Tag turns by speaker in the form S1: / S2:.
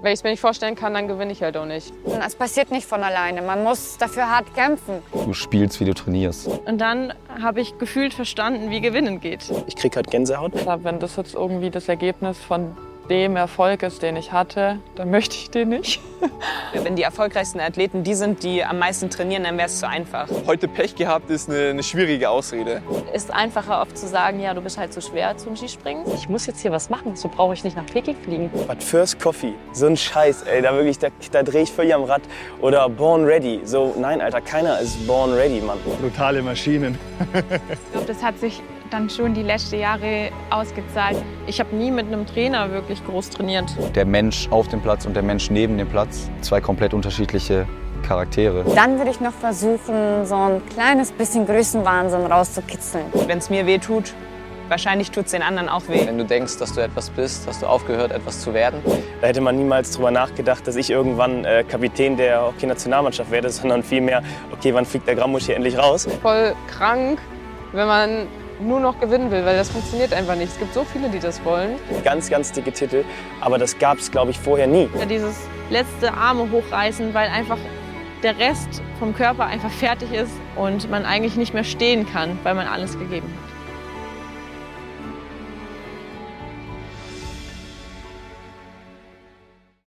S1: Wenn ich es mir nicht vorstellen kann, dann gewinne ich halt auch nicht.
S2: Und es passiert nicht von alleine. Man muss dafür hart kämpfen.
S3: Du spielst, wie du trainierst.
S4: Und dann habe ich gefühlt verstanden, wie Gewinnen geht.
S5: Ich krieg halt Gänsehaut.
S6: Aber wenn das jetzt irgendwie das Ergebnis von dem Erfolg ist, den ich hatte, dann möchte ich den nicht.
S7: Wenn die erfolgreichsten Athleten die sind, die am meisten trainieren, dann wäre es zu einfach.
S8: Heute Pech gehabt ist eine, eine, schwierige Ausrede.
S9: Ist einfacher oft zu sagen, ja, du bist halt zu so schwer zum Skispringen.
S10: Ich muss jetzt hier was machen, so brauche ich nicht nach Peking fliegen.
S5: But first coffee, so ein Scheiß, ey, da wirklich, da, da drehe ich völlig am Rad. Oder born ready, so, nein, Alter, keiner ist born ready, Mann.
S11: Brutale Maschinen.
S12: ich glaube, das hat sich dann schon die letzten Jahre ausgezahlt.
S4: Ich habe nie mit einem Trainer wirklich groß trainiert.
S3: Der Mensch auf dem Platz und der Mensch neben dem Platz, zwei komplett unterschiedliche Charaktere.
S2: Dann würde ich noch versuchen, so ein kleines bisschen Größenwahnsinn rauszukitzeln.
S7: Wenn es mir weh tut, wahrscheinlich tut es den anderen auch weh.
S13: Wenn du denkst, dass du etwas bist, hast du aufgehört, etwas zu werden.
S5: Da hätte man niemals drüber nachgedacht, dass ich irgendwann äh, Kapitän der Hockey-Nationalmannschaft werde, sondern vielmehr, okay, wann fliegt der Grammusch hier endlich raus?
S1: Voll krank, wenn man nur noch gewinnen will, weil das funktioniert einfach nicht. Es gibt so viele, die das wollen.
S5: Ganz, ganz dicke Titel, aber das gab es, glaube ich, vorher nie.
S4: Ja, dieses letzte Arme hochreißen, weil einfach der Rest vom Körper einfach fertig ist und man eigentlich nicht mehr stehen kann, weil man alles gegeben hat.